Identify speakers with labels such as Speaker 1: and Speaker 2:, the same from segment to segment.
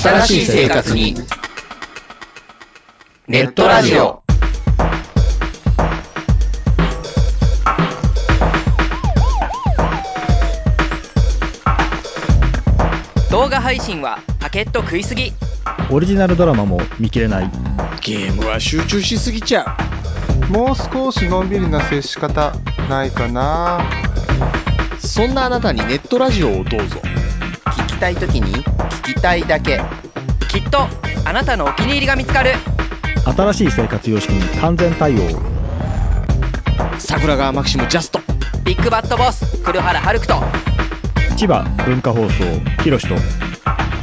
Speaker 1: 新しい生活に。ネットラジオ。
Speaker 2: 動画配信はパケット食いすぎ
Speaker 3: オリジナルドラマも見切れない
Speaker 4: ゲームは集中しすぎちゃ
Speaker 5: もう少しのんびりな接し方ないかな
Speaker 4: うそんなあなたにネットラジオをどうぞ
Speaker 2: 聞きたいときに聞きたいだけきっとあなたのお気に入りが見つかる
Speaker 3: 新しい生活様式に完全対応
Speaker 4: 桜川マキシムジャスト
Speaker 2: ビッグバットボス黒原遥人
Speaker 3: 千葉文化放送ひろしと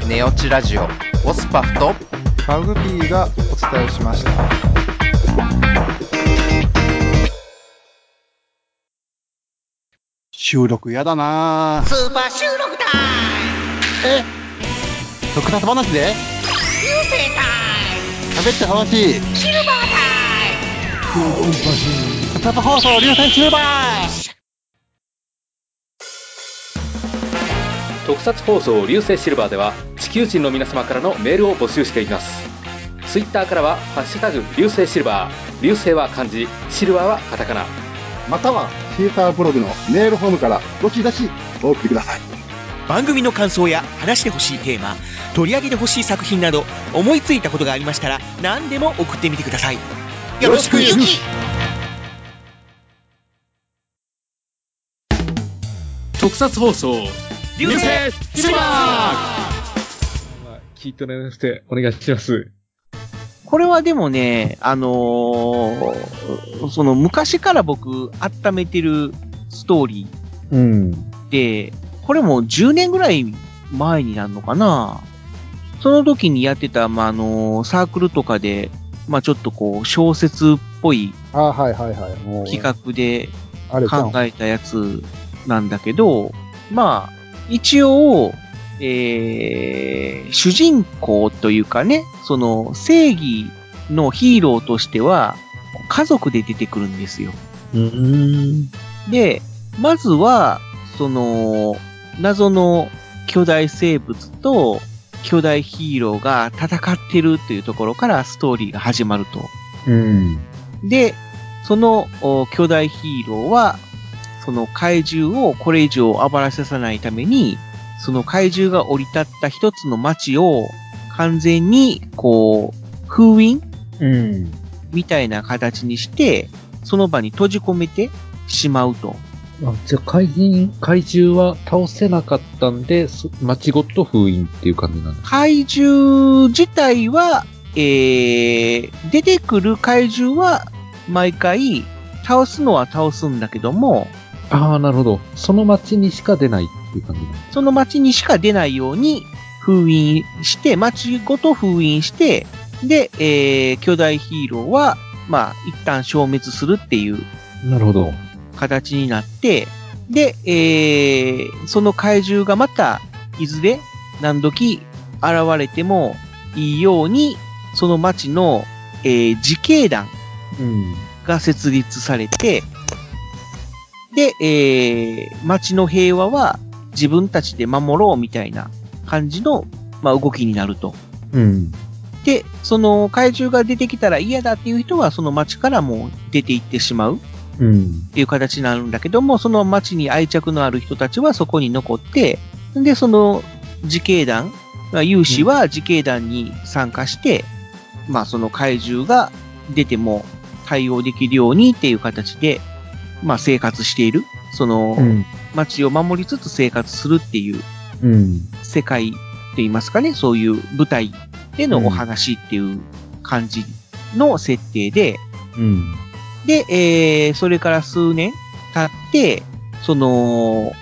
Speaker 1: ネオチラジオ。オスパフと。
Speaker 5: マグピーがお伝えしました
Speaker 4: 収録やだな
Speaker 6: スーパー収録タ
Speaker 4: え特撮話
Speaker 6: イム
Speaker 4: で
Speaker 6: 流星タ
Speaker 4: 喋って話
Speaker 6: イムシルバータイム
Speaker 4: 特撮放送流星シルバー
Speaker 7: 特撮放送流星シルバーでは地球人の皆様からのメールを募集していますツイッターからは「ハッシュタグ流星シルバー」流星は漢字シルバーはカタカナ
Speaker 8: またはシーサーブログのメールフォームからどしどしお送りください
Speaker 9: 番組の感想や話してほしいテーマ取り上げてほしい作品など思いついたことがありましたら何でも送ってみてくださいよろしくゆき
Speaker 7: 特撮放送流星シルバー聞いてもらいましてお願いします
Speaker 10: これはでもね、あのーその昔から僕温めてるストーリ
Speaker 3: うん
Speaker 10: ーで、これも10年ぐらい前になるのかなその時にやってた、まあ、あのーサークルとかで、まあ、ちょっとこう、小説っぽい
Speaker 8: ああはいはいはいもう
Speaker 10: 企画で
Speaker 8: あれじゃん
Speaker 10: 考えたやつなんだけど、まあ、一応、えー、主人公というかね、その正義のヒーローとしては、家族で出てくるんですよ。
Speaker 3: うん
Speaker 10: で、まずは、その、謎の巨大生物と巨大ヒーローが戦ってるというところからストーリーが始まると。
Speaker 3: うん
Speaker 10: で、そのお巨大ヒーローは、その怪獣をこれ以上暴らせさないために、その怪獣が降り立った一つの街を完全に、こう、封印
Speaker 3: うん
Speaker 10: みたいな形にして、その場に閉じ込めてしまうと。
Speaker 11: あじゃあ怪人、怪獣は倒せなかったんで、そ街ごと封印っていう感じなんです。
Speaker 10: 怪獣自体は、えー、出てくる怪獣は毎回倒すのは倒すんだけども、
Speaker 11: ああ、なるほど。その街にしか出ないっていう感じなんです。
Speaker 10: その町にしか出ないように封印して、町ごと封印して、で、えー、巨大ヒーローは、まあ、一旦消滅するっていう
Speaker 11: なるほど。
Speaker 10: 形になって、で、えー、その怪獣がまた、いずれ、何時、現れてもいいように、その町の、えー、自警団
Speaker 11: うん。
Speaker 10: が設立されて、で、えー、町の平和は自分たちで守ろうみたいな感じの、まあ、動きになると。
Speaker 11: うん。
Speaker 10: で、その怪獣が出てきたら嫌だっていう人は、その町からもう出て行ってしまう。
Speaker 11: うん
Speaker 10: っ。ていう形になるんだけども、その町に愛着のある人たちはそこに残って、で、その自警団、まあ有志は自警団に参加して、まあその怪獣が出ても対応できるようにっていう形で、まあ生活している。その
Speaker 11: うん。
Speaker 10: 町を守りつつ生活するっていう
Speaker 11: うん。
Speaker 10: 世界と言いますかね、そういう舞台でのお話っていう感じの設定で、
Speaker 11: うん。
Speaker 10: で、えー、それから数年経って、その、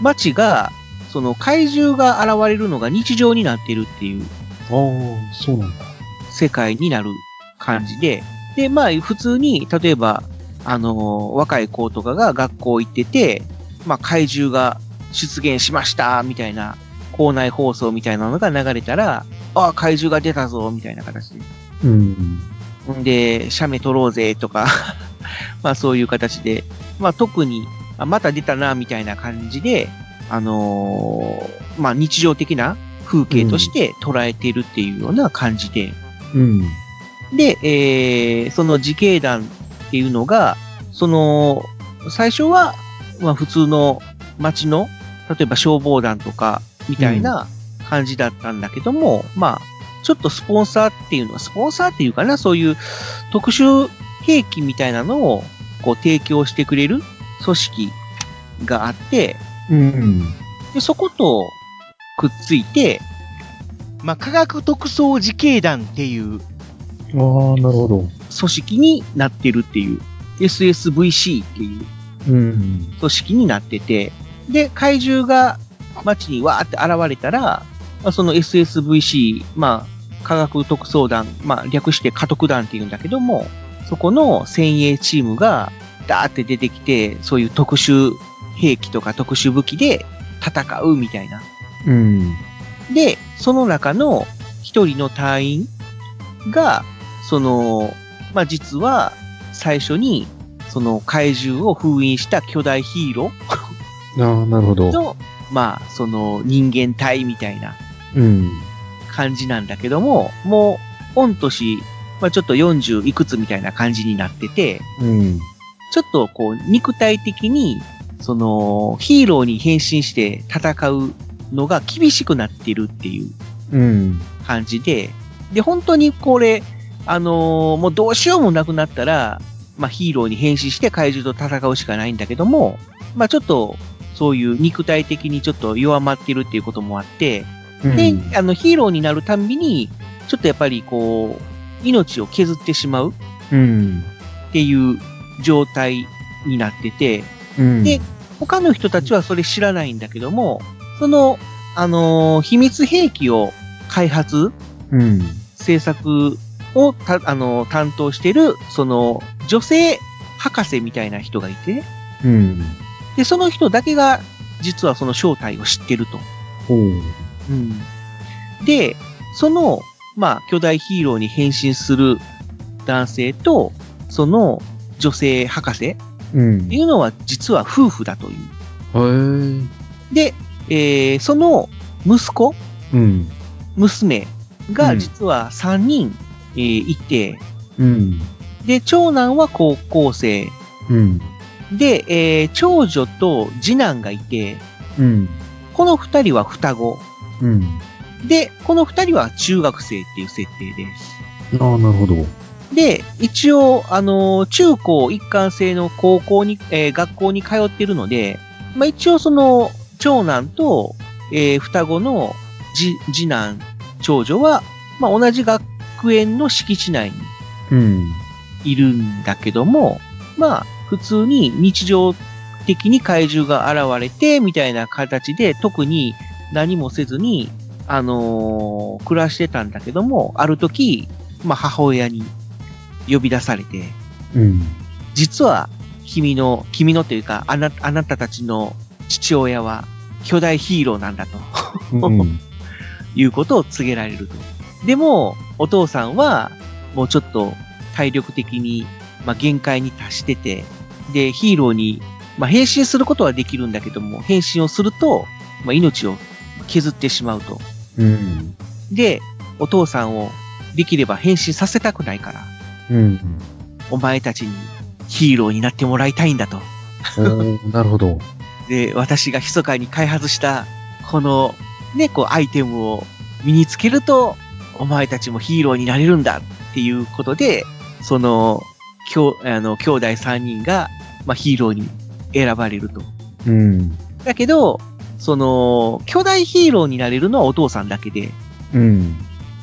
Speaker 10: 街が、その怪獣が現れるのが日常になってるっていう
Speaker 11: ああ、そうなんだ。
Speaker 10: 世界になる感じで、で、まあ、普通に、例えば、あのー若い子とかが学校行ってて、まあ、怪獣が出現しました、みたいな、校内放送みたいなのが流れたら、ああ、怪獣が出たぞ、みたいな形で。
Speaker 11: うん。
Speaker 10: んで、写メ撮ろうぜとか、 まあそういう形で、まあ特に、あまた出たな、みたいな感じで、あのーまあ日常的な風景として捉えているっていうような感じで、
Speaker 3: うん。
Speaker 10: で、えーその自警団っていうのが、その、最初は、まあ普通の町の、例えば消防団とか、みたいな感じだったんだけども、まあ、ちょっとスポンサーっていうのは、スポンサーっていうかな、そういう特殊兵器みたいなのを、こう提供してくれる組織があって、
Speaker 3: うん。
Speaker 10: で、そことくっついて、まあ、科学特捜自警団っていう
Speaker 3: ああ、なるほど。
Speaker 10: 組織になってるっていう、SSVC っていう
Speaker 3: うん。
Speaker 10: 組織になってて、で、怪獣が街にわーって現れたら、まあ、その SSVC、まあ、科学特捜団、まあ、略して家督団っていうんだけども、そこの先鋭チームが、ダーって出てきて、そういう特殊兵器とか特殊武器で戦うみたいな。
Speaker 3: うん。
Speaker 10: で、その中の一人の隊員が、その、まあ、実は最初に、その怪獣を封印した巨大ヒーロ
Speaker 11: ああ、なるほ
Speaker 10: ー
Speaker 11: ど。
Speaker 10: の、まあ、その人間体みたいな
Speaker 3: うん。
Speaker 10: 感じなんだけども、もう、御年、まあ、ちょっと40いくつみたいな感じになってて、
Speaker 3: うん。
Speaker 10: ちょっとこう、肉体的に、その、ヒーローに変身して戦うのが厳しくなってるっていう
Speaker 3: うん。
Speaker 10: 感じで、で、本当にこれ、あのーもうどうしようもなくなったら、まあヒーローに変身して怪獣と戦うしかないんだけども、まあちょっと、そういう肉体的にちょっと弱まってるっていうこともあって、
Speaker 3: うん
Speaker 10: で、あのヒーローになるたんびに、ちょっとやっぱりこう、命を削ってしまうっ
Speaker 3: うん。
Speaker 10: ていう状態になってて、
Speaker 3: うん。
Speaker 10: で、他の人たちはそれ知らないんだけども、その、あのー秘密兵器を開発
Speaker 3: うん。
Speaker 10: 制作をたあの担当してる、その女性博士みたいな人がいて、
Speaker 3: うん。
Speaker 10: で、その人だけが実はその正体を知ってると。
Speaker 3: ほう。
Speaker 10: で、その、まあ、巨大ヒーローに変身する男性と、その女性博士っ
Speaker 3: うん
Speaker 10: て。いうのは実は夫婦だという。
Speaker 11: へ
Speaker 10: で、えーその息子、
Speaker 3: え。うん。
Speaker 10: 娘
Speaker 3: う
Speaker 10: が
Speaker 3: ん
Speaker 10: 実は3人、えーいて、
Speaker 3: うん。
Speaker 10: で、長男は高校生、
Speaker 3: うん。
Speaker 10: で、えー長女と次男がいて、
Speaker 3: うん。
Speaker 10: この二人は双子。
Speaker 3: うん。
Speaker 10: で、この二人は中学生っていう設定です。
Speaker 11: ああ、なるほど。
Speaker 10: で、一応、あのー中高一貫制の高校に、えー学校に通ってるので、まあ一応その、長男と、えー双子の次次男、長女は、まあ同じ学園の敷地内に
Speaker 3: うん。
Speaker 10: いるんだけども、まあ、普通に日常的に怪獣が現れて、みたいな形で、特に何もせずに、あのー暮らしてたんだけども、ある時、まあ、母親に呼び出されて、
Speaker 3: うん。
Speaker 10: 実は、君の、君のというか、あな、あなたたちの父親は、巨大ヒーローなんだと。
Speaker 3: うん。
Speaker 10: いうことを告げられると。でも、お父さんは、もうちょっと体力的に、まあ、限界に達してて、で、ヒーローに、まあ、変身することはできるんだけども、変身をすると、まあ、命を削ってしまうと。
Speaker 3: うん。
Speaker 10: で、お父さんをできれば変身させたくないから、
Speaker 3: うん。
Speaker 10: お前たちにヒーローになってもらいたいんだと。
Speaker 11: おーなるほど。
Speaker 10: で、私が密かに開発した、この、ね、こう、アイテムを身につけると、お前たちもヒーローになれるんだっていうことで、その、きょうあの兄弟3人が、まあ、ヒーローに選ばれると。
Speaker 3: うん。
Speaker 10: だけど、その、巨大ヒーローになれるのはお父さんだけで、
Speaker 3: うん。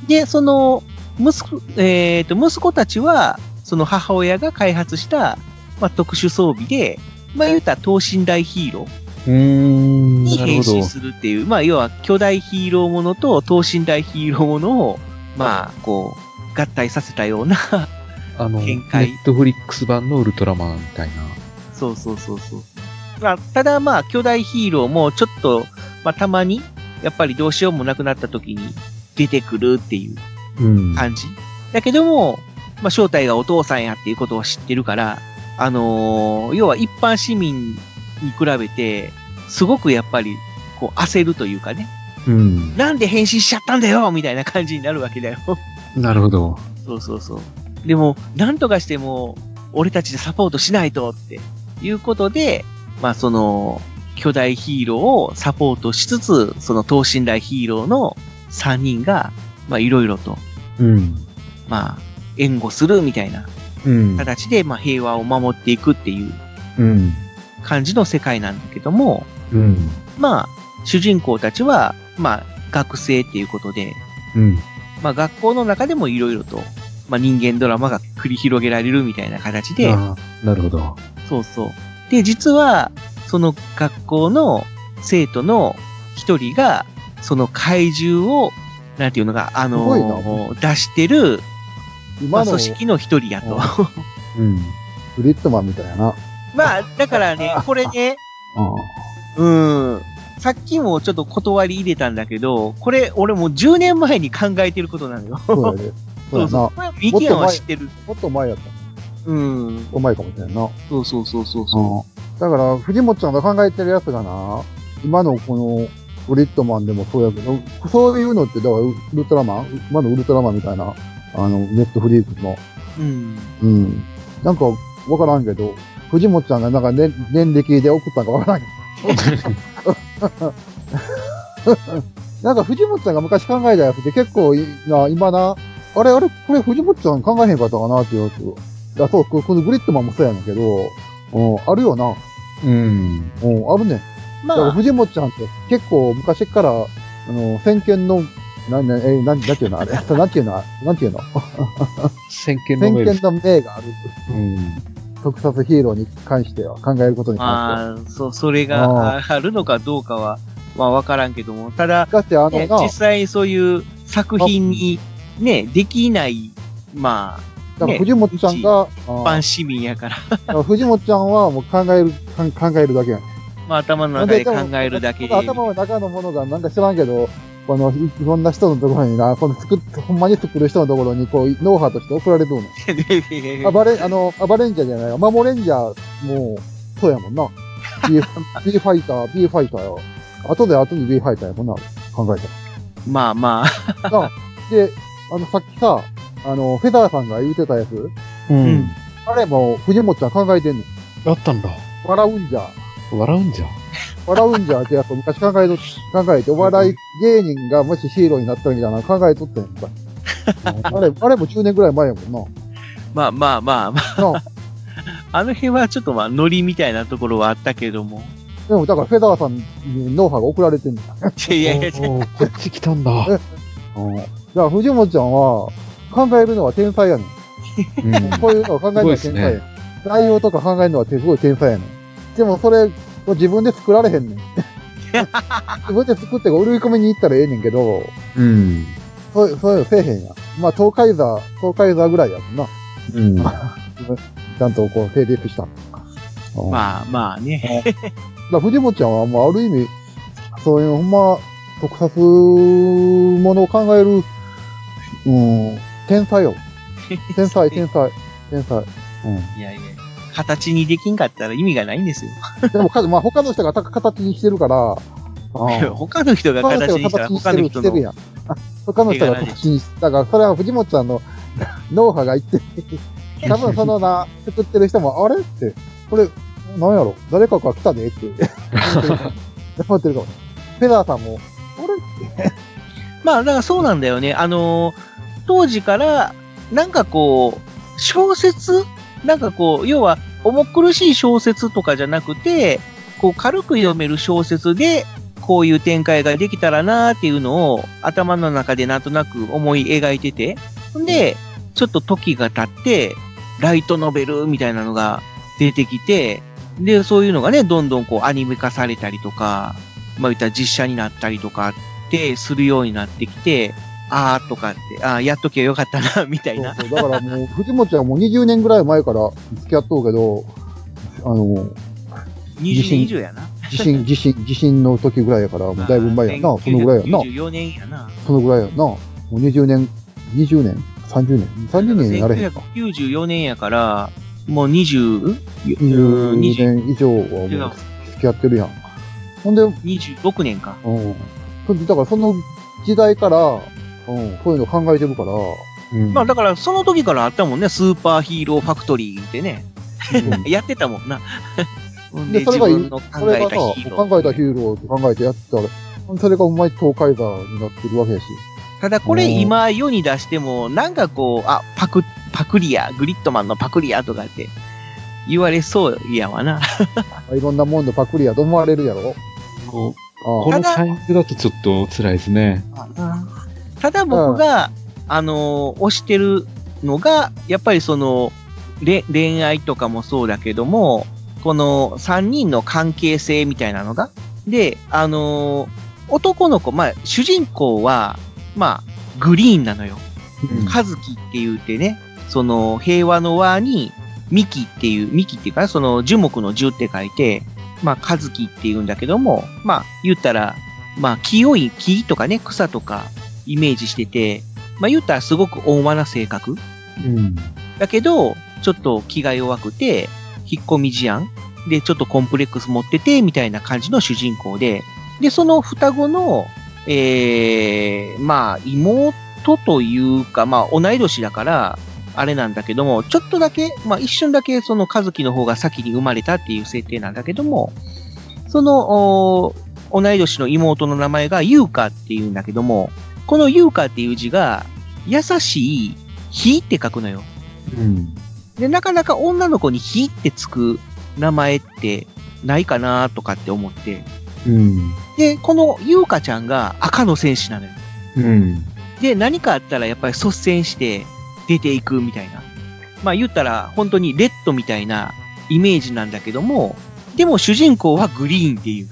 Speaker 10: で、その、息子、えっ、と、息子たちは、その母親が開発した、まあ、特殊装備で、まあ、言うたら等身大ヒーロー。
Speaker 11: うーん、
Speaker 10: に
Speaker 11: な
Speaker 10: 変
Speaker 11: るほど
Speaker 10: 身。するっていう、まあ、要は巨大ヒーローものと等身大ヒーローものを、まあ、こう、合体させたような、
Speaker 11: あの、ネ
Speaker 10: 展開
Speaker 11: ットフリックス版のウルトラマンみたいな。
Speaker 10: そうそうそうそう。まあ、ただまあ、巨大ヒーローもちょっと、まあ、たまに、やっぱりどうしようもなくなった時に出てくるっていう
Speaker 3: うん。
Speaker 10: 感じ。だけども、まあ、正体がお父さんやっていうことを知ってるから、あのー要は一般市民に比べて、すごくやっぱり、こう、焦るというかね、
Speaker 3: うん。
Speaker 10: なんで変身しちゃったんだよみたいな感じになるわけだよ。
Speaker 11: なるほど。
Speaker 10: そうそうそう。でも、なんとかしても、俺たちでサポートしないとっていうことで、まあその、巨大ヒーローをサポートしつつ、その等身大ヒーローの3人が、まあいろいろと、
Speaker 3: うん。
Speaker 10: まあ、援護するみたいな
Speaker 3: うん。
Speaker 10: 形で、まあ平和を守っていくっていう
Speaker 3: うん。
Speaker 10: 感じの世界なんだけども、
Speaker 3: うん。
Speaker 10: まあ、主人公たちは、まあ、学生っていうことで、
Speaker 3: うん。
Speaker 10: まあ、学校の中でもいろいろと、まあ、人間ドラマが繰り広げられるみたいな形で、
Speaker 11: あーなるほど。
Speaker 10: そうそう。で、実は、その学校の生徒の一人が、その怪獣を、なんていうのが、あ
Speaker 8: す
Speaker 10: の
Speaker 8: ご
Speaker 10: ー出してる、ま
Speaker 8: 今
Speaker 10: あ、
Speaker 8: の
Speaker 10: 組織の一人やと。
Speaker 3: うん。
Speaker 8: フリットマンみたいやな。
Speaker 10: まあ、だからね、これね、
Speaker 8: う
Speaker 10: う
Speaker 8: ん
Speaker 10: ん。さっきもちょっと断り入れたんだけど、これ、俺もう10年前に考えてることな のよ。
Speaker 8: そ うやで。そうやな。も
Speaker 10: これ、ミキアンは知ってる。
Speaker 8: っと前やった。も
Speaker 10: うん
Speaker 8: っ。と前かもしれんな。
Speaker 10: そうそうそうそうそう。
Speaker 8: うん。だから、藤本ちゃんが考えてるやつがな、今のこの、ウリットマンでもそうやけど、そういうのって、だから、ウルトラマン今のウルトラマンみたいな、あの、ネットフリークの。
Speaker 10: うん。
Speaker 8: うん。なんか、わからんけど、藤本ちゃんがなんか年、年歴で送ったんかわからんけ ど。なんか藤本ちゃんが昔考えたやつって結構いいな、今な、あれあれ、これ藤本ちゃん考えへんかったかなっていうやつ。あ、そう、ここのグリットマンもそうやねんけど、うん、あるよな。
Speaker 3: うん。
Speaker 8: うん、あるねん。だから
Speaker 10: まあ、
Speaker 8: 藤本ちゃんって結構昔から、あの、先見の、なん、なん、え、なん、なんていうのあれ。 なんていうのなんていうの
Speaker 11: 先見の
Speaker 8: 先
Speaker 11: 目で
Speaker 8: 見
Speaker 11: す。
Speaker 8: の明がある。
Speaker 11: うん。
Speaker 8: 特撮ヒーローに関しては、考えることに関しては。
Speaker 10: まあ、そう、それがあるのかどうかは、まあ、わからんけども、ただ、
Speaker 8: だってあの
Speaker 10: ね
Speaker 8: な、
Speaker 10: 実際そういう作品に、ね、できない、まあ、
Speaker 8: だから藤本ちゃん
Speaker 10: 一
Speaker 8: が、あ
Speaker 10: 般
Speaker 8: ー
Speaker 10: 市民やから、
Speaker 8: だから藤本ちゃんはもう考える、かん考えるだけやん。
Speaker 10: まあ、頭の中で考えるだけで。
Speaker 8: 頭の中のものがなんか知らんけど、この、いいろんな人のところにな、この作っ、ほんまに作る人のところに、こう、ノウハウとして送られてるの。暴れ、あの、暴れんじゃじゃないわ。マモレンジャーも、そうやも んな。B, B ファイター、B ファイターよ。後で後に B ファイターやもんな。考えたら。
Speaker 10: まあまあ、
Speaker 8: なで、あの、さっきさ、あの、フェザーさんが言うてたやつ、
Speaker 11: うん。
Speaker 8: あれも藤本ちゃん考えてんねん。
Speaker 11: あったんだ。
Speaker 8: 笑うんじゃ、
Speaker 11: 笑うんじゃ。
Speaker 8: 笑うんじゃってやつを昔考えと、考えて、お笑い芸人がもしヒーローになったみたいなの考えとったんや んか。あれ、あれも10年ぐらい前やもん
Speaker 10: まあまあまあまあ、
Speaker 8: な。なあ
Speaker 10: あの辺はちょっとまあ、ノリみたいなところはあったけど も。
Speaker 8: でもだからフェザーさんにノウハウが送られてんねん。だか
Speaker 10: いやいやいや、
Speaker 11: おーこっち来たんだ。
Speaker 8: ら藤本ちゃんは、考えるのは天才やねん。
Speaker 3: うん。
Speaker 8: こういうのを考えるのは天才やねん。内容とか考えるのはすごい天才やねん。でもそれを自分で作られへんねん。自分で作って売り込みに行ったらええねんけど、
Speaker 3: うん。
Speaker 8: そう、そういうのせえへんやん。まあ、東海座、東海座ぐらいやもんな。
Speaker 3: うん。
Speaker 8: ちゃんとこう、成立した。あ。
Speaker 10: まあまあね。
Speaker 8: だから藤本ちゃんは、まあ、ある意味、そういう、ほんま、特撮ものを考える、うん、天才よ。天才、天才、天才。う
Speaker 10: いやいや、形にできんかったら意味がないんですよ。
Speaker 8: ん。でもか、まあ、他の人がた形にしてる から、うん
Speaker 10: 他の人が
Speaker 8: 他の
Speaker 10: 形
Speaker 8: 人
Speaker 10: に
Speaker 8: が
Speaker 10: したら
Speaker 8: 形にし
Speaker 10: 他
Speaker 8: て
Speaker 10: の
Speaker 8: る、
Speaker 10: 人
Speaker 8: して
Speaker 10: の
Speaker 8: るやん。他の人が形にしたから、それは藤本さん の脳波がいって、多分そのな、作ってる人も、あれって、これ、なんやろ誰かが来たで って、思ってるかも。フェザーさんも、
Speaker 10: まあ、だからそうなんだよね。あのー当時から、なんかこう、小説なんかこう、要は、重苦しい小説とかじゃなくて、こう、軽く読める小説で、こういう展開ができたらなーっていうのを、頭の中でなんとなく思い描いてて、んで、ちょっと時が経って、ライトノベルみたいなのが出てきて、で、そういうのがね、どんどんこうアニメ化されたりとか、まあ言ったら実写になったりとかってするようになってきて、あーとかって、あーやっときゃよかったな、みたいな。
Speaker 8: そうそうだからもう、藤本ちゃんもう20年ぐらい前から付き合っとうけど、あの、
Speaker 10: 20年以上やな。
Speaker 8: 地震、地震、地震の時ぐらいやから、もうだいぶ前やな、そのぐらいやな。
Speaker 10: 94年やな。
Speaker 8: そのぐらいやな。もう20年、20年 ?30 年 ?30 年になれへんか。
Speaker 10: 1994年やから、もう20、
Speaker 8: 20
Speaker 10: 20
Speaker 8: 年以上はもう
Speaker 10: 違う
Speaker 8: 付き合ってるやん。ほんで、うん。
Speaker 10: 26年か。
Speaker 8: そだからその時代から、うん、こういうの考えてるから、
Speaker 3: うん
Speaker 10: まあだからその時からあったもんね、スーパーヒーローファクトリーでね。やってたもんな。ほ んで、
Speaker 8: で、そ
Speaker 10: 自
Speaker 8: れが、
Speaker 10: 分の
Speaker 8: そ
Speaker 10: 考
Speaker 8: れ
Speaker 10: え
Speaker 8: が
Speaker 10: た
Speaker 8: さ、
Speaker 10: ヒーロー。
Speaker 8: 考えたヒーローと考えてやってたら、それがうまい東海座になってるわけやし。
Speaker 10: ただこれ今世に出しても、なんかこう、あ、パク、パクリア、グリッドマンのパクリアとかって言われそうやわな。
Speaker 8: いろんなもんのパクリやと思われるやろ。
Speaker 11: こ
Speaker 8: あ
Speaker 11: のタイミングだとちょっと辛いですね。
Speaker 10: ただ僕が、あのー推してるのが、やっぱりその、れ恋愛とかもそうだけども、この3人の関係性みたいなのが、で、あのー男の子、まあ、主人公は、まあ、グリーンなのよ。和樹って言うてね、その、平和の和に、ミキっていう、ミキっていうかな、その、樹木の樹って書いて、まあ、和樹って言うんだけども、まあ、言ったら、まあ、清い木とかね、草とか、イメージしてて、まあ、言ったらすごく温和な性格。
Speaker 3: うん。
Speaker 10: だけど、ちょっと気が弱くて、引っ込み思案で、ちょっとコンプレックス持ってて、みたいな感じの主人公で、で、その双子の、えー、まあ、妹というか、まあ、同い年だから、あれなんだけども、ちょっとだけ、まあ、一瞬だけ、その、和樹の方が先に生まれたっていう設定なんだけども、その、お同い年の妹の名前が優香っていうんだけども、この優香っていう字が、優しい、ひって書くのよ。
Speaker 3: うん。
Speaker 10: で、なかなか女の子にひってつく名前ってないかなとかって思って。
Speaker 3: うん。
Speaker 10: で、この優香ちゃんが赤の戦士なのよ。
Speaker 3: うん。
Speaker 10: で、何かあったらやっぱり率先して出ていくみたいな。まあ言ったら本当にレッドみたいなイメージなんだけども、でも主人公はグリーンっていう。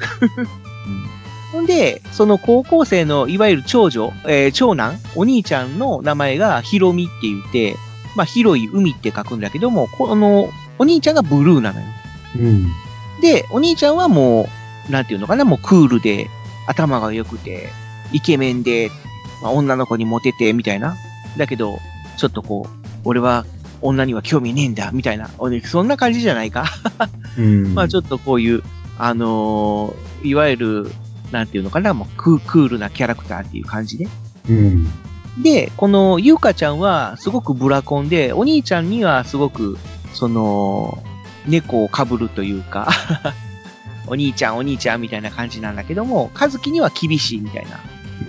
Speaker 10: ほんで、その高校生のいわゆる長女、えー長男、お兄ちゃんの名前がヒロミって言って、まあ広い海って書くんだけども、このお兄ちゃんがブルーなのよ。
Speaker 3: うん。
Speaker 10: で、お兄ちゃんはもう、なんていうのかな、もうクールで、頭が良くて、イケメンで、まあ、女の子にモテて、みたいな。だけど、ちょっとこう、俺は女には興味ねえんだ、みたいな。俺そんな感じじゃないか。
Speaker 3: うん。
Speaker 10: まあちょっとこういう、あのーいわゆる、なんていうのかな、もうククールなキャラクターっていう感じで。
Speaker 3: うん。
Speaker 10: で、このゆうかちゃんはすごくブラコンで、お兄ちゃんにはすごく、その、猫をかぶるというか、 お兄ちゃん、お兄ちゃんみたいな感じなんだけども、和樹には厳しいみたいな。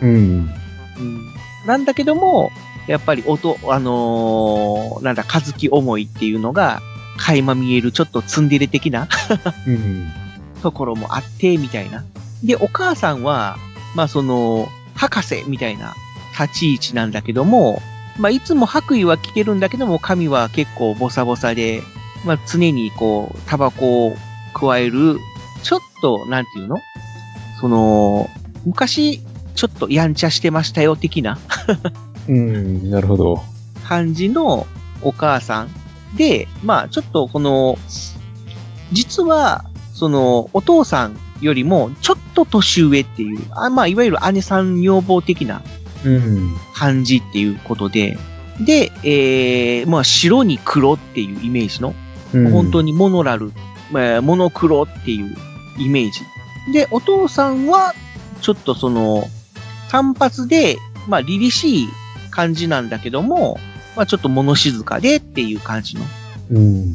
Speaker 3: うん。
Speaker 10: うんなんだけども、やっぱり音、あのーなんだ、和樹思いっていうのが、垣間見える、ちょっとツンデレ的な
Speaker 3: うん。
Speaker 10: ところもあって、みたいな。で、お母さんは、まあその、博士みたいな立ち位置なんだけども、まあいつも白衣は着てるんだけども、髪は結構ボサボサで、まあ常にこう、タバコを加える、ちょっと、なんていうのその、昔、ちょっとやんちゃしてましたよ、的な。
Speaker 11: うん、なるほど。
Speaker 10: 感じのお母さんで、まあちょっとこの、実は、その、お父さんよりもちょっと年上っていう、あまあいわゆる姉さん女房的な
Speaker 3: うん。
Speaker 10: 感じっていうことで、で、えー、まあ白に黒っていうイメージの、
Speaker 3: うん。
Speaker 10: 本当にモノラル、えーモノクロっていうイメージ。で、お父さんは、ちょっとその、単発で、まあ、凛々しい感じなんだけども、まあ、ちょっと物静かでっていう感じの、
Speaker 3: うん。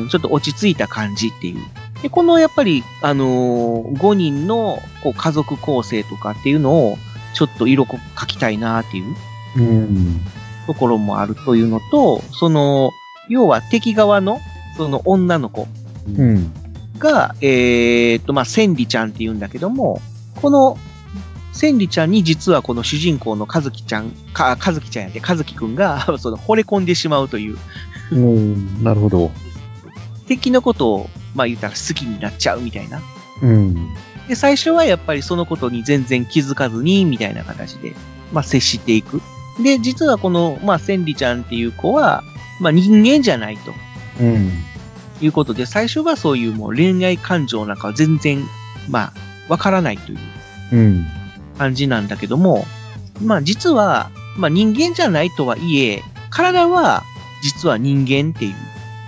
Speaker 10: うん、ちょっと落ち着いた感じっていう。で、このやっぱり、あのー、5人のこう家族構成とかっていうのを、ちょっと色濃く描きたいなっていう。
Speaker 3: うん。
Speaker 10: ところもあるというのと、その、要は敵側の、その女の子
Speaker 3: うん。
Speaker 10: が、えーっと、まあ、千里ちゃんって言うんだけども、この、千里ちゃんに実はこの主人公の和樹ちゃん、か、和樹ちゃんやで、和樹くんが、 その、惚れ込んでしまうという、
Speaker 11: うん、なるほど。
Speaker 10: 敵のことを、まあ、言ったら好きになっちゃうみたいな。
Speaker 3: うん。
Speaker 10: で、最初はやっぱりそのことに全然気づかずに、みたいな形で、まあ、接していく。で、実はこの、まあ、千里ちゃんっていう子は、まあ、人間じゃないと。
Speaker 3: うん。
Speaker 10: ということで、最初はそういうもう恋愛感情なんかは全然、まあ、わからないという
Speaker 3: うん。
Speaker 10: 感じなんだけども、まあ実は、まあ人間じゃないとはいえ、体は実は人間ってい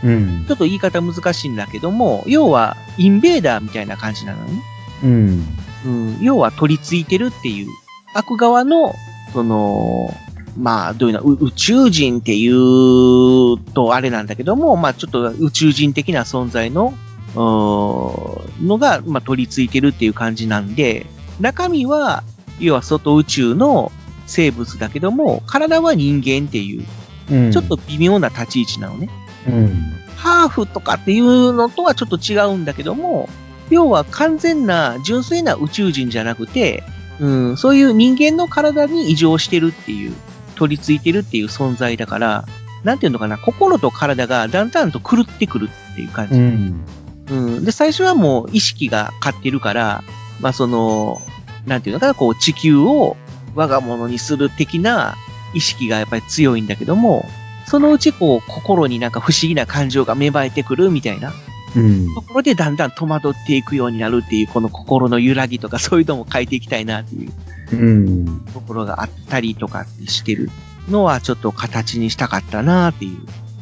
Speaker 10: う、
Speaker 3: うん。
Speaker 10: ちょっと言い方難しいんだけども、要はインベーダーみたいな感じなのね。
Speaker 3: うん。
Speaker 10: うん、要は取り付いてるっていう、悪側の、その、まあ、どういうの、う宇宙人っていうとあれなんだけども、まあ、ちょっと宇宙人的な存在の、うーんのが、まあ、取り付いてるっていう感じなんで、中身は、要は外宇宙の生物だけども、体は人間っていう、
Speaker 3: うん。
Speaker 10: ちょっと微妙な立ち位置なのね。
Speaker 3: うん。
Speaker 10: ハーフとかっていうのとはちょっと違うんだけども、要は完全な、純粋な宇宙人じゃなくて、うん、そういう人間の体に異常してるっていう、取り付いてるっていう存在だから、なんていうのかな、心と体がだんだんと狂ってくるっていう感じ。
Speaker 3: うん。
Speaker 10: うん。で、最初はもう意識が勝ってるから、まあその、なんていうのかな、こう地球を我が物にする的な意識がやっぱり強いんだけども、そのうちこう心になんか不思議な感情が芽生えてくるみたいな
Speaker 3: うん
Speaker 10: ところでだんだん戸惑っていくようになるっていうこの心の揺らぎとかそういうのも変えていきたいなっていう
Speaker 3: うん。
Speaker 10: ところがあったりとかしてるのはちょっと形にしたかったなってい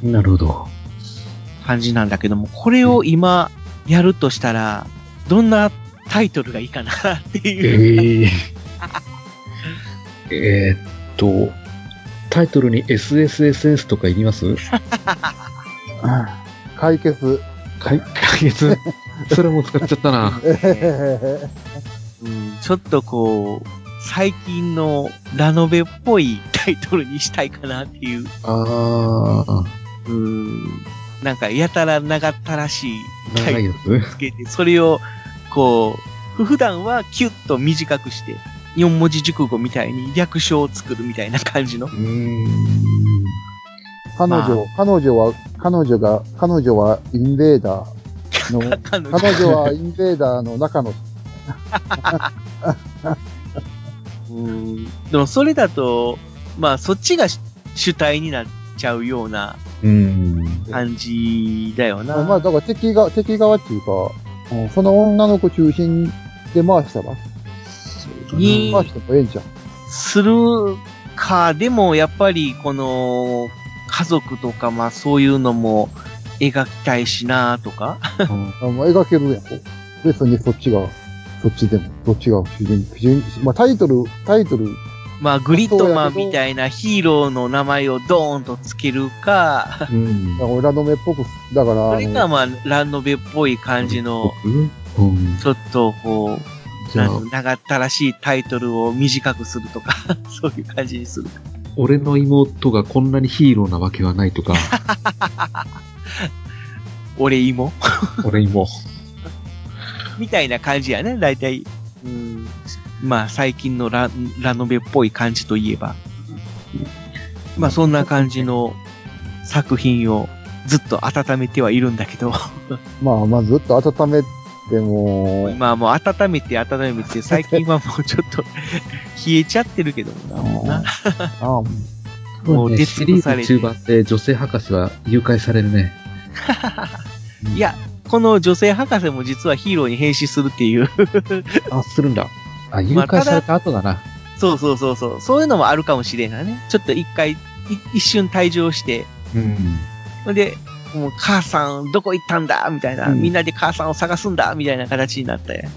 Speaker 10: う
Speaker 11: なるほど。
Speaker 10: 感じなんだけども、これを今やるとしたら、どんなタイトルがいいかなっていう。
Speaker 11: えええーっと、タイトルに SSSS とかいります
Speaker 8: 解決。
Speaker 11: 解解 決それも使っちゃったな。
Speaker 10: うんちょっとこう、最近のラノベっぽいタイトルにしたいかなっていう。
Speaker 11: ああ、
Speaker 10: うんなんかやたら長ったらしいタ
Speaker 11: 長い
Speaker 10: イ
Speaker 11: や
Speaker 10: トル
Speaker 11: つ
Speaker 10: をつけて、それをこう、普段はキュッと短くして、4文字熟語みたいに略称を作るみたいな感じの
Speaker 11: う。ーん。
Speaker 8: 彼女、
Speaker 10: ま、
Speaker 8: 彼女は、彼女が、彼女はインベーダーの
Speaker 10: 彼女
Speaker 8: 彼女はインベーダーの中の、
Speaker 10: うんでもそれだと、まあそっちが主主体になっちゃうような
Speaker 11: うん。
Speaker 10: 感じだよな。
Speaker 8: まあだから敵が、敵側っていうか、うんその女の子中心で回したら、
Speaker 10: に
Speaker 8: 回してもええんじゃん。
Speaker 10: するか、でもやっぱりこの家族とかまあそういうのも描きたいしなとか。
Speaker 8: あもう描けるやん。別にそっちが、そっちでも、どっちが不純不純まあタイトル、タイトル、
Speaker 10: まあ、グリッドマンみたいなヒーローの名前をドーンとつけるか、
Speaker 11: うん。
Speaker 8: なんか裏の目っぽく、だから、
Speaker 10: そ
Speaker 8: あ
Speaker 10: れか
Speaker 8: の
Speaker 10: まあ、ランノベっぽい感じの、
Speaker 11: うん。うん
Speaker 10: ちょっとこう、
Speaker 11: じゃ
Speaker 10: な
Speaker 11: あ
Speaker 10: ん、か長ったらしいタイトルを短くするとか、 そういう感じにする。
Speaker 11: 俺の妹がこんなにヒーローなわけはないとか、
Speaker 10: 俺芋
Speaker 11: 俺にも。
Speaker 10: みたいな感じやね、大体。うんまあ、最近のララノベっぽい感じといえば。まあ、そんな感じの作品をずっと温めてはいるんだけど。
Speaker 8: まあまあずっと温めても、
Speaker 10: まあもう温めて温めて、最近はもうちょっと 冷えちゃってるけどもな、もうな。
Speaker 8: ああ
Speaker 10: もう
Speaker 11: ね、
Speaker 10: デスク
Speaker 11: シリ
Speaker 10: さ
Speaker 11: ー
Speaker 10: れ
Speaker 11: ズ
Speaker 10: て
Speaker 11: 中盤で女性博士は誘拐されるね。
Speaker 10: いや、この女性博士も実はヒーローに変身するっていう。
Speaker 11: あ、するんだ。あ、誘
Speaker 10: まあただ
Speaker 11: 拐された後だな。
Speaker 10: そうそうそうそう。そういうのもあるかもしれないね。ちょっと一回、い一瞬退場して、
Speaker 11: うん。
Speaker 10: ほんで、もう母さんどこ行ったんだみたいな、
Speaker 11: うん
Speaker 10: みんなで母さんを探すんだみたいな形になったよ。
Speaker 11: やっ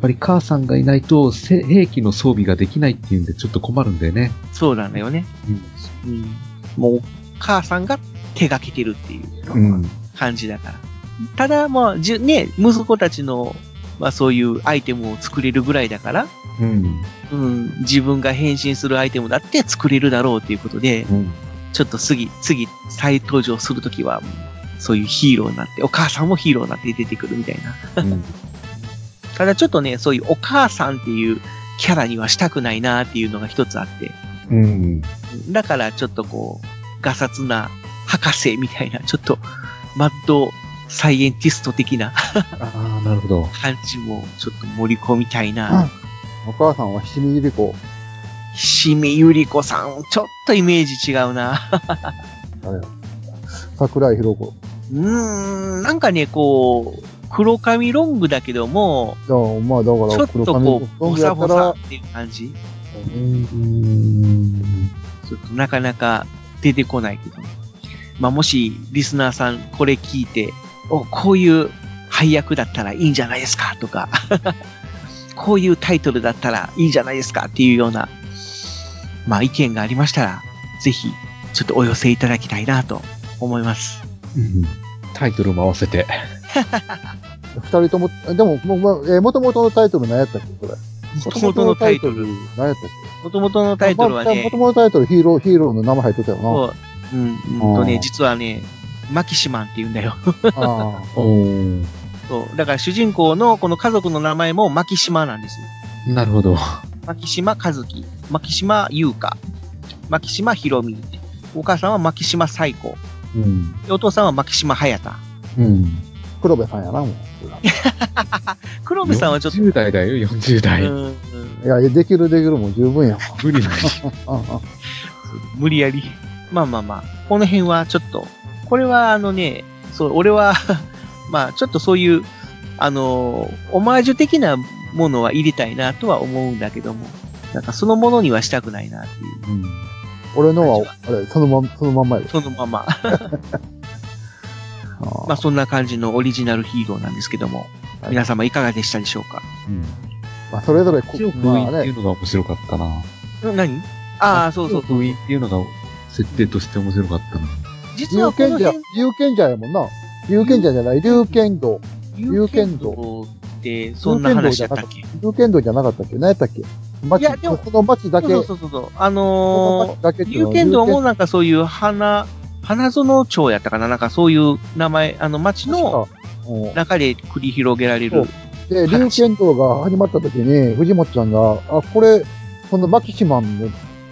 Speaker 11: ぱり母さんがいないとせ兵器の装備ができないっていうんでちょっと困るんだよね。
Speaker 10: そうなんだよね。うん。もう、母さんが手がけてるっていう。
Speaker 11: うん。
Speaker 10: 感じだから。ただ、まあ、じゅね、息子たちの、まあそういうアイテムを作れるぐらいだから、
Speaker 11: うん。
Speaker 10: うん、自分が変身するアイテムだって作れるだろうということで、
Speaker 11: うん。
Speaker 10: ちょっと次、次、再登場するときは、そういうヒーローになって、お母さんもヒーローになって出てくるみたいな。
Speaker 11: うん。
Speaker 10: ただちょっとね、そういうお母さんっていうキャラにはしたくないなっていうのが一つあって、
Speaker 11: うん。
Speaker 10: だからちょっとこう、ガサツな博士みたいな、ちょっとマッドサイエンティスト的な
Speaker 11: ああ、なるほど。
Speaker 10: 感じもちょっと盛り込みたいな。
Speaker 8: お母さんは七味ゆり子。
Speaker 10: しみゆりこさん、ちょっとイメージ違うな。
Speaker 8: あれ桜井宏子。
Speaker 10: うーん、なんかね、こう、黒髪ロングだけども、
Speaker 8: じゃあ、まあだ
Speaker 10: ち
Speaker 8: か
Speaker 10: ょ
Speaker 8: ら
Speaker 10: っと
Speaker 8: 黒
Speaker 10: こう、
Speaker 8: 髪ロン
Speaker 10: ボ
Speaker 8: グや
Speaker 10: サ
Speaker 8: った
Speaker 10: ボサ
Speaker 8: ら、
Speaker 10: っていう感じ。
Speaker 11: うん。
Speaker 10: ちょっとなかなか出てこないけど。まあ、もし、リスナーさん、これ聞いて、お、こういう配役だったらいいんじゃないですかとか、 こういうタイトルだったらいいじゃないですかっていうような、まあ意見がありましたら、ぜひ、ちょっとお寄せいただきたいなと思います。
Speaker 11: タイトルも合わせて。
Speaker 8: 二人とも、でも、ももえー、元々のタイトル何やったっけこれ。
Speaker 10: 元々のタイトル
Speaker 8: 元々の何やったっ
Speaker 10: 元々の
Speaker 8: け
Speaker 10: タイトルはね
Speaker 8: も、ともとタイトルヒーロー、ヒーローの名前入っとったよな。
Speaker 10: そう、うん、うんと
Speaker 8: あ
Speaker 10: ね、
Speaker 8: ー
Speaker 10: 実はね、マキシマンって言うんだよ。
Speaker 8: ああ。
Speaker 11: お
Speaker 10: そう。だから主人公のこの家族の名前もマキシマなんです。
Speaker 11: なるほど。
Speaker 10: 牧島和樹、牧島優香、牧島ひろみ、お母さんは牧島最子、
Speaker 3: うん。
Speaker 10: お父さんは牧島隼太。
Speaker 3: うん。
Speaker 8: 黒部さんやな、もう。
Speaker 10: 黒部さんはちょっと、
Speaker 11: 10代だよ、40代。
Speaker 10: うんうん
Speaker 8: いや、できるできるも十分や。
Speaker 11: 無 理ない。
Speaker 8: ああ
Speaker 10: 無理やり。まあまあまあ、この辺はちょっと、これはあのね、そう、俺は、 まあちょっとそういう、あのー、オマージュ的なものは入れたいなとは思うんだけども、なんかそのものにはしたくないなっていう、
Speaker 3: うん。
Speaker 8: 俺のは、あれ、そのまん、そのまんまやで。
Speaker 10: そのまま。
Speaker 8: あ
Speaker 10: まあそんな感じのオリジナルヒーローなんですけども、皆様いかがでしたでしょうか
Speaker 8: まあ、それぞれこ、
Speaker 11: 一応封
Speaker 8: ま
Speaker 11: 印
Speaker 8: あ
Speaker 11: ってい
Speaker 8: ね
Speaker 11: う、のが面白かったな。
Speaker 10: 何ああ、そうそう。
Speaker 11: 封印っていうのが設定として面白かったな。
Speaker 10: 実
Speaker 8: 龍
Speaker 10: はこ
Speaker 8: 賢
Speaker 10: の
Speaker 8: 者
Speaker 10: 辺、、
Speaker 8: 龍賢者やもんな。龍賢者じゃない、龍賢道。有権
Speaker 10: 道って、そんな話だったっけ
Speaker 8: 龍賢道じゃなかったっけ何やったっけ町
Speaker 10: いやでも
Speaker 8: その町だけ、
Speaker 10: そうそうそうそう。あ
Speaker 8: その
Speaker 10: の
Speaker 8: 町だけっ
Speaker 10: ー、
Speaker 8: てい
Speaker 10: 有
Speaker 8: うのは
Speaker 10: 権道もなんかそういう花、花園町やったかななんかそういう名前、あの町の
Speaker 8: うん
Speaker 10: 中で繰り広げられる。
Speaker 8: で、龍拳道が始まった時に、藤本ちゃんが、あ、これ、このマキシマンの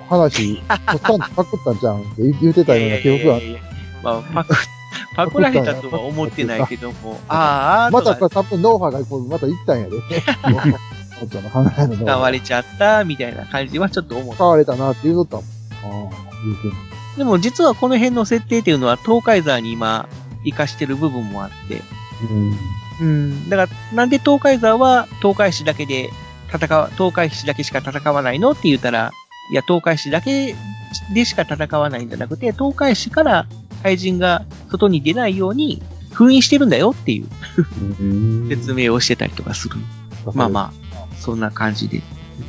Speaker 8: 話、とっさんパクったんじゃんって言ってたような記憶がある。
Speaker 10: いやいやいやいやまあ、パク、 パクられたとは思ってないけども、あーあー、
Speaker 8: また
Speaker 10: と
Speaker 8: こ
Speaker 10: か
Speaker 8: れ多分ノウハウがこうまた行ったんや で。おちゃんの考えのノウ
Speaker 10: 使
Speaker 8: ハ
Speaker 10: わ
Speaker 8: ウ。
Speaker 10: れちゃったみたいな感じはちょっと思った
Speaker 8: 使われたなって言うとったもん。ああ、龍拳
Speaker 10: でも実はこの辺の設定っていうのは東海山に今活かしてる部分もあって。
Speaker 3: うん。
Speaker 10: うん。だからなんで東海山は東海市だけで戦わ、東海市だけしか戦わないのって言ったら、いや東海市だけでしか戦わないんじゃなくて、東海市から怪人が外に出ないように封印してるんだよっていう
Speaker 11: うん
Speaker 10: 説明をしてたりとかする。
Speaker 8: 道。
Speaker 10: まあまあ、そんな感じで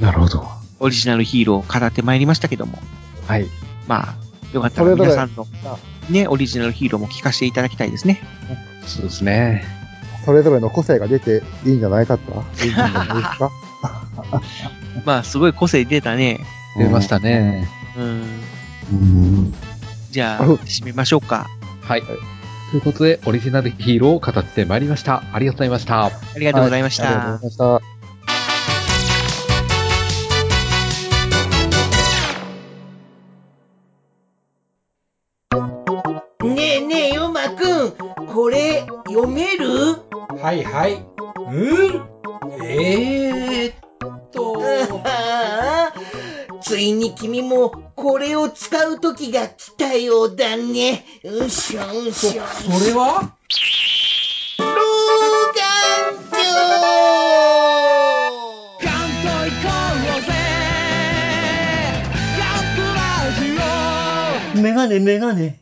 Speaker 11: なるほど。
Speaker 10: オリジナルヒーローを語ってまいりましたけども。
Speaker 11: はい。
Speaker 10: まあ、よかったら
Speaker 8: それぞれ
Speaker 10: 皆さんのね、オリジナルヒーローも聞かせていただきたいですね。
Speaker 11: そうですね。
Speaker 8: あ。それぞれの個性が出ていいんじゃないかったいいんじ ゃないですか
Speaker 10: まあ、すごい個性出たね。
Speaker 11: 出ましたね。
Speaker 10: うん。
Speaker 3: うん。
Speaker 10: じゃあ、
Speaker 8: うん
Speaker 10: 締めましょうか。
Speaker 11: はい。ということで、オリジナルヒーローを語ってまいりました。ありがとうございました。
Speaker 10: ありがとうございまし
Speaker 8: ありがと
Speaker 10: た
Speaker 8: うござ。いました。
Speaker 6: ねえねえ、ヨマくん、これ、読める
Speaker 12: はいはい。うんえー、っと。
Speaker 6: ああついに君も、これを使う時が来たようだね。うしょう
Speaker 12: そ、
Speaker 6: し
Speaker 12: そ
Speaker 6: ょ。
Speaker 12: れは
Speaker 6: 老眼鏡メガネメガネ。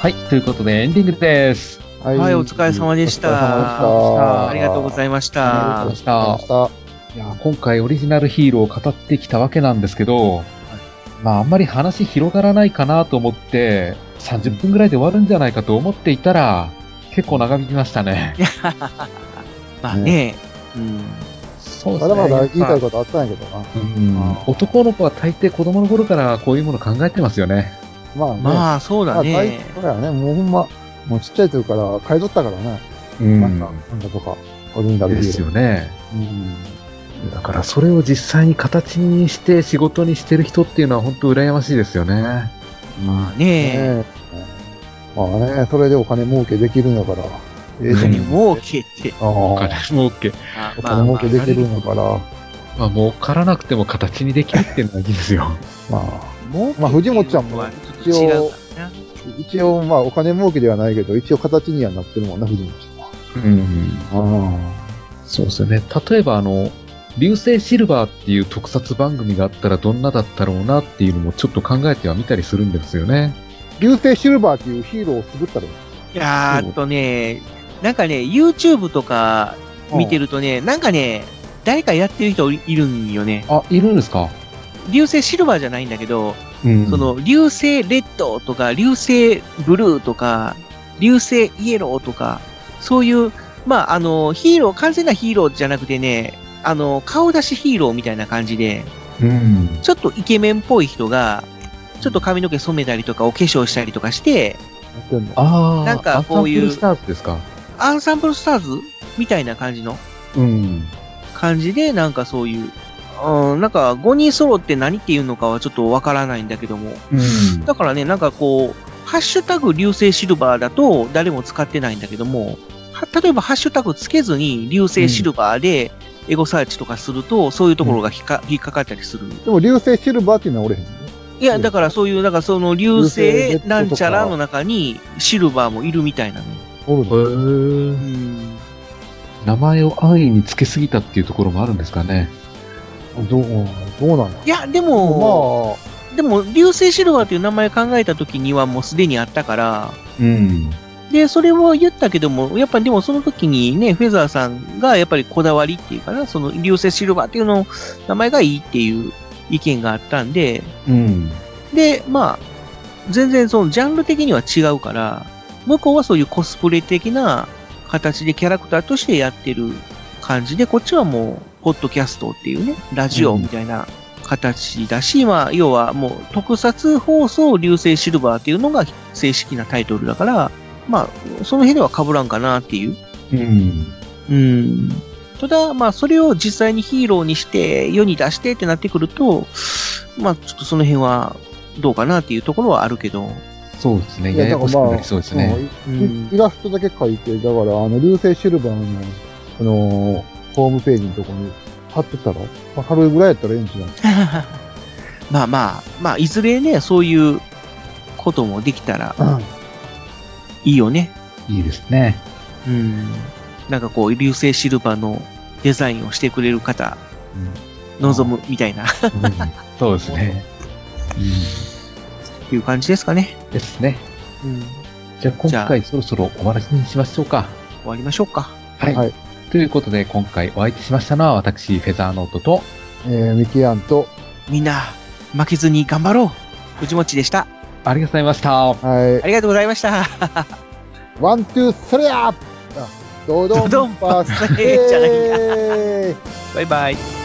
Speaker 11: はい。ということで、エンディングです。
Speaker 8: は
Speaker 10: はい、お疲れ様でした。
Speaker 8: お
Speaker 10: ありがとうございまし
Speaker 11: ありがとう
Speaker 10: た
Speaker 11: ございま。した。
Speaker 8: した。
Speaker 11: いやー今回オリジナルヒーローを語ってきたわけなんですけど、まああんまり話広がらないかなと思って、30分ぐらいで終わるんじゃないかと思っていたら、結構長引きましたね。
Speaker 10: まあね、うん。
Speaker 11: そう
Speaker 8: まだまだ言いたい
Speaker 11: と。
Speaker 8: ことあったんやけどな。
Speaker 11: うん
Speaker 8: あー
Speaker 11: 男の子は大抵子供の頃からこういうもの考えてますよね。
Speaker 8: まあね。
Speaker 10: まあ、そうだ
Speaker 8: まあ大
Speaker 10: ね。
Speaker 8: これはね、もうほんま、もうちっちゃい時から買い取ったからね。
Speaker 11: う
Speaker 8: なんか、なんだとか、オリンダル
Speaker 11: ですよね。
Speaker 8: うん。
Speaker 11: だからそれを実際に形にして仕事にしてる人っていうのは本当羨ましいですよね。
Speaker 10: まあね、
Speaker 8: ねえまあね、それでお金儲けできるんだから。ええ
Speaker 10: 何
Speaker 8: じ
Speaker 10: 儲けって。
Speaker 8: ゃん。
Speaker 11: お
Speaker 8: あ
Speaker 11: 金
Speaker 8: あ。
Speaker 11: 儲け。
Speaker 10: あ
Speaker 8: お
Speaker 10: まあ
Speaker 8: 金儲けできるんだ
Speaker 10: まあ
Speaker 8: から。
Speaker 11: まあ儲からなくても形にできるっていうのはいいですよ。
Speaker 8: まあ、
Speaker 10: 儲けっていうの
Speaker 8: まあ藤本ちゃんも
Speaker 10: はちょっと違うからな。
Speaker 8: 一応、まあ、お金儲けではないけど、一応形にはなってるもんな、藤本
Speaker 11: うん。
Speaker 8: さん。あ
Speaker 11: そうですよね。例えばあの、流星シルバーっていう特撮番組があったらどんなだったろうなっていうのもちょっと考えてはみたりするんですよね。
Speaker 8: 流星シルバーっていうヒーローを作ったらいい
Speaker 10: いやーっとね、なんかね、YouTube とか見てるとね、なんかね、誰かやってる人いるんよね。
Speaker 11: あ、いるんですか
Speaker 10: 流星シルバーじゃないんだけど、
Speaker 11: うん
Speaker 10: その、流星レッドとか、流星ブルーとか、流星イエローとか、そういう、まあ、あの、ヒーロー、完全なヒーローじゃなくてね、あの、顔出しヒーローみたいな感じで、
Speaker 3: うん。
Speaker 10: ちょっとイケメンっぽい人が、ちょっと髪の毛染めたりとか、お化粧したりとかして、
Speaker 11: ああ、
Speaker 10: なんかこういう
Speaker 11: アンサンプルスターズですか。
Speaker 10: アンサンブルスターズみたいな感じの
Speaker 11: うん。
Speaker 10: 感じで、なんかそういう、うん、なんか5人揃って何っていうのかはちょっとわからないんだけども、
Speaker 11: うん。
Speaker 10: だからね、なんかこう、ハッシュタグ流星シルバーだと誰も使ってないんだけども、は例えばハッシュタグつけずに流星シルバーでエゴサーチとかすると、そういうところが引っか引っかかったりする。
Speaker 8: でも流星シルバーっていうのはおれへん。
Speaker 10: いや、だからそういう、なんかその流
Speaker 8: 流
Speaker 10: 星
Speaker 8: 星
Speaker 10: なんちゃらの中にシルバーもいるみたいなの。
Speaker 8: お
Speaker 11: る名前を安易につけすぎたっていうところもあるんですかね。
Speaker 8: どう、どうなの
Speaker 10: いや、でも、でも、流星シルバーという名前考えた時にはもうすでにあったから、
Speaker 11: うん。
Speaker 10: で、それは言ったけども、やっぱでもその時にね、フェザーさんがやっぱりこだわりっていうかな、その流星シルバーっていうのを名前がいいっていう意見があったんで、
Speaker 11: うん。
Speaker 10: で、まあ、全然そのジャンル的には違うから、向こうはそういうコスプレ的な形でキャラクターとしてやってる感じで、こっちはもう、ポッドキャストっていうね、ラジオみたいな形だし、まあ、要はもう、特撮放送流星シルバーっていうのが正式なタイトルだから、まあ、その辺では被らんかなっていう。
Speaker 11: うん。
Speaker 10: うん。ただ、まあ、それを実際にヒーローにして、世に出してってなってくると、まあ、ちょっとその辺はどうかなっていうところはあるけど。
Speaker 11: そうですね
Speaker 8: いやだからまあ、うんイイラストだけ描いて、だから、あの、流星シルバーの、あのーホームページのとこに貼ってたら、まあ、軽いぐらいやったらええんちゃう
Speaker 10: まあまあ、まあ、いずれね、そういうこともできたら、いいよね。
Speaker 11: いいですね。
Speaker 10: うん。なんかこう、流星シルバーのデザインをしてくれる方、望むみたいな、
Speaker 11: そうですね。
Speaker 10: いう感じですかね。
Speaker 11: ですね。
Speaker 10: うん。終
Speaker 11: じゃあ今回そろそろ終わりにしましょうか。
Speaker 10: わりましょうか。
Speaker 11: はい。ということで今回お相手しましたのは私、フェザーノートと、
Speaker 8: えー、ミキアンと、
Speaker 10: みんな、負けずに頑張ろう。藤持ちでした。
Speaker 11: ありがとうございました。
Speaker 8: はい。
Speaker 10: ありがとうございました。
Speaker 8: ワン、ツー、スリーアップドドンパス
Speaker 10: じゃないん
Speaker 8: えー
Speaker 10: バイバイ。